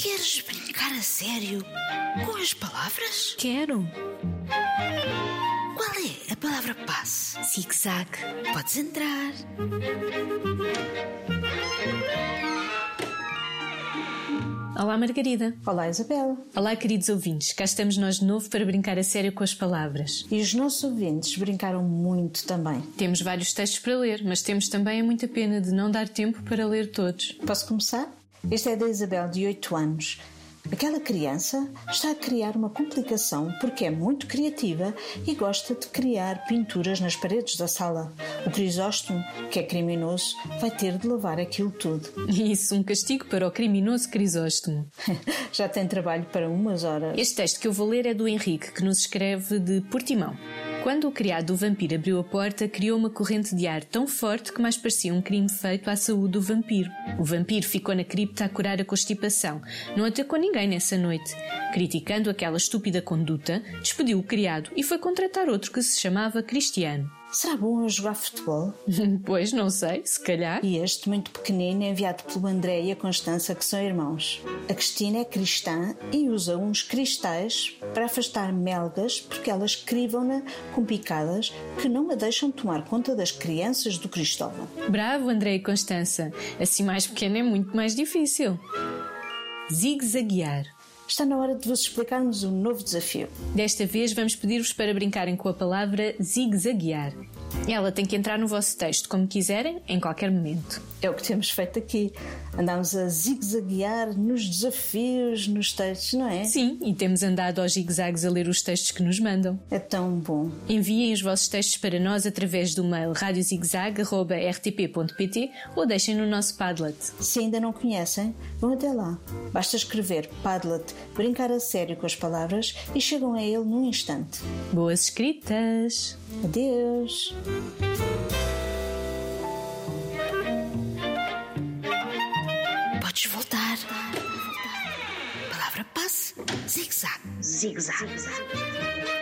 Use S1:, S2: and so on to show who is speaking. S1: Queres brincar a sério com as palavras?
S2: Quero.
S1: Qual é a palavra passe?
S2: Zig-zag.
S1: Podes entrar.
S2: Olá, Margarida.
S3: Olá, Isabel.
S2: Olá, queridos ouvintes. Cá estamos nós de novo para brincar a sério com as palavras.
S3: E os nossos ouvintes brincaram muito também.
S2: Temos vários textos para ler, mas temos também a muita pena de não dar tempo para ler todos.
S3: Posso começar? Este é da Isabel, de 8 anos. Aquela criança está a criar uma complicação porque é muito criativa e gosta de criar pinturas nas paredes da sala. O Crisóstomo, que é criminoso, vai ter de lavar aquilo tudo.
S2: Isso, um castigo para o criminoso Crisóstomo.
S3: Já tem trabalho para umas horas.
S2: Este texto que eu vou ler é do Henrique, que nos escreve de Portimão. Quando o criado do vampiro abriu a porta, criou uma corrente de ar tão forte que mais parecia um crime feito à saúde do vampiro. O vampiro ficou na cripta a curar a constipação. Não atacou ninguém nessa noite. Criticando aquela estúpida conduta, despediu o criado e foi contratar outro que se chamava Cristiano.
S3: Será bom a jogar futebol?
S2: pois, não sei, se calhar.
S3: E este, muito pequenino, é enviado pelo André e a Constança, que são irmãos. A Cristina é cristã e usa uns cristais para afastar melgas, porque elas crivam-na com picadas que não a deixam tomar conta das crianças do Cristóvão.
S2: Bravo, André e Constança. Assim mais pequeno é muito mais difícil. Zig-zaguear.
S3: Está na hora de vos explicarmos um novo desafio.
S2: Desta vez vamos pedir-vos para brincarem com a palavra zig-zaguear. Ela tem que entrar no vosso texto como quiserem, em qualquer momento.
S3: É o que temos feito aqui. Andámos a zigue-zaguear nos desafios, nos textos, não é?
S2: Sim, e temos andado aos zig-zags a ler os textos que nos mandam.
S3: É tão bom.
S2: Enviem os vossos textos para nós através do mail radiozigzag.rtp.pt ou deixem no nosso Padlet.
S3: Se ainda não conhecem, vão até lá. Basta escrever Padlet, brincar a sério com as palavras e chegam a ele num instante.
S2: Boas escritas!
S3: Adeus!
S1: Podes voltar. Palavra passe, zig-zag.
S4: zigzag.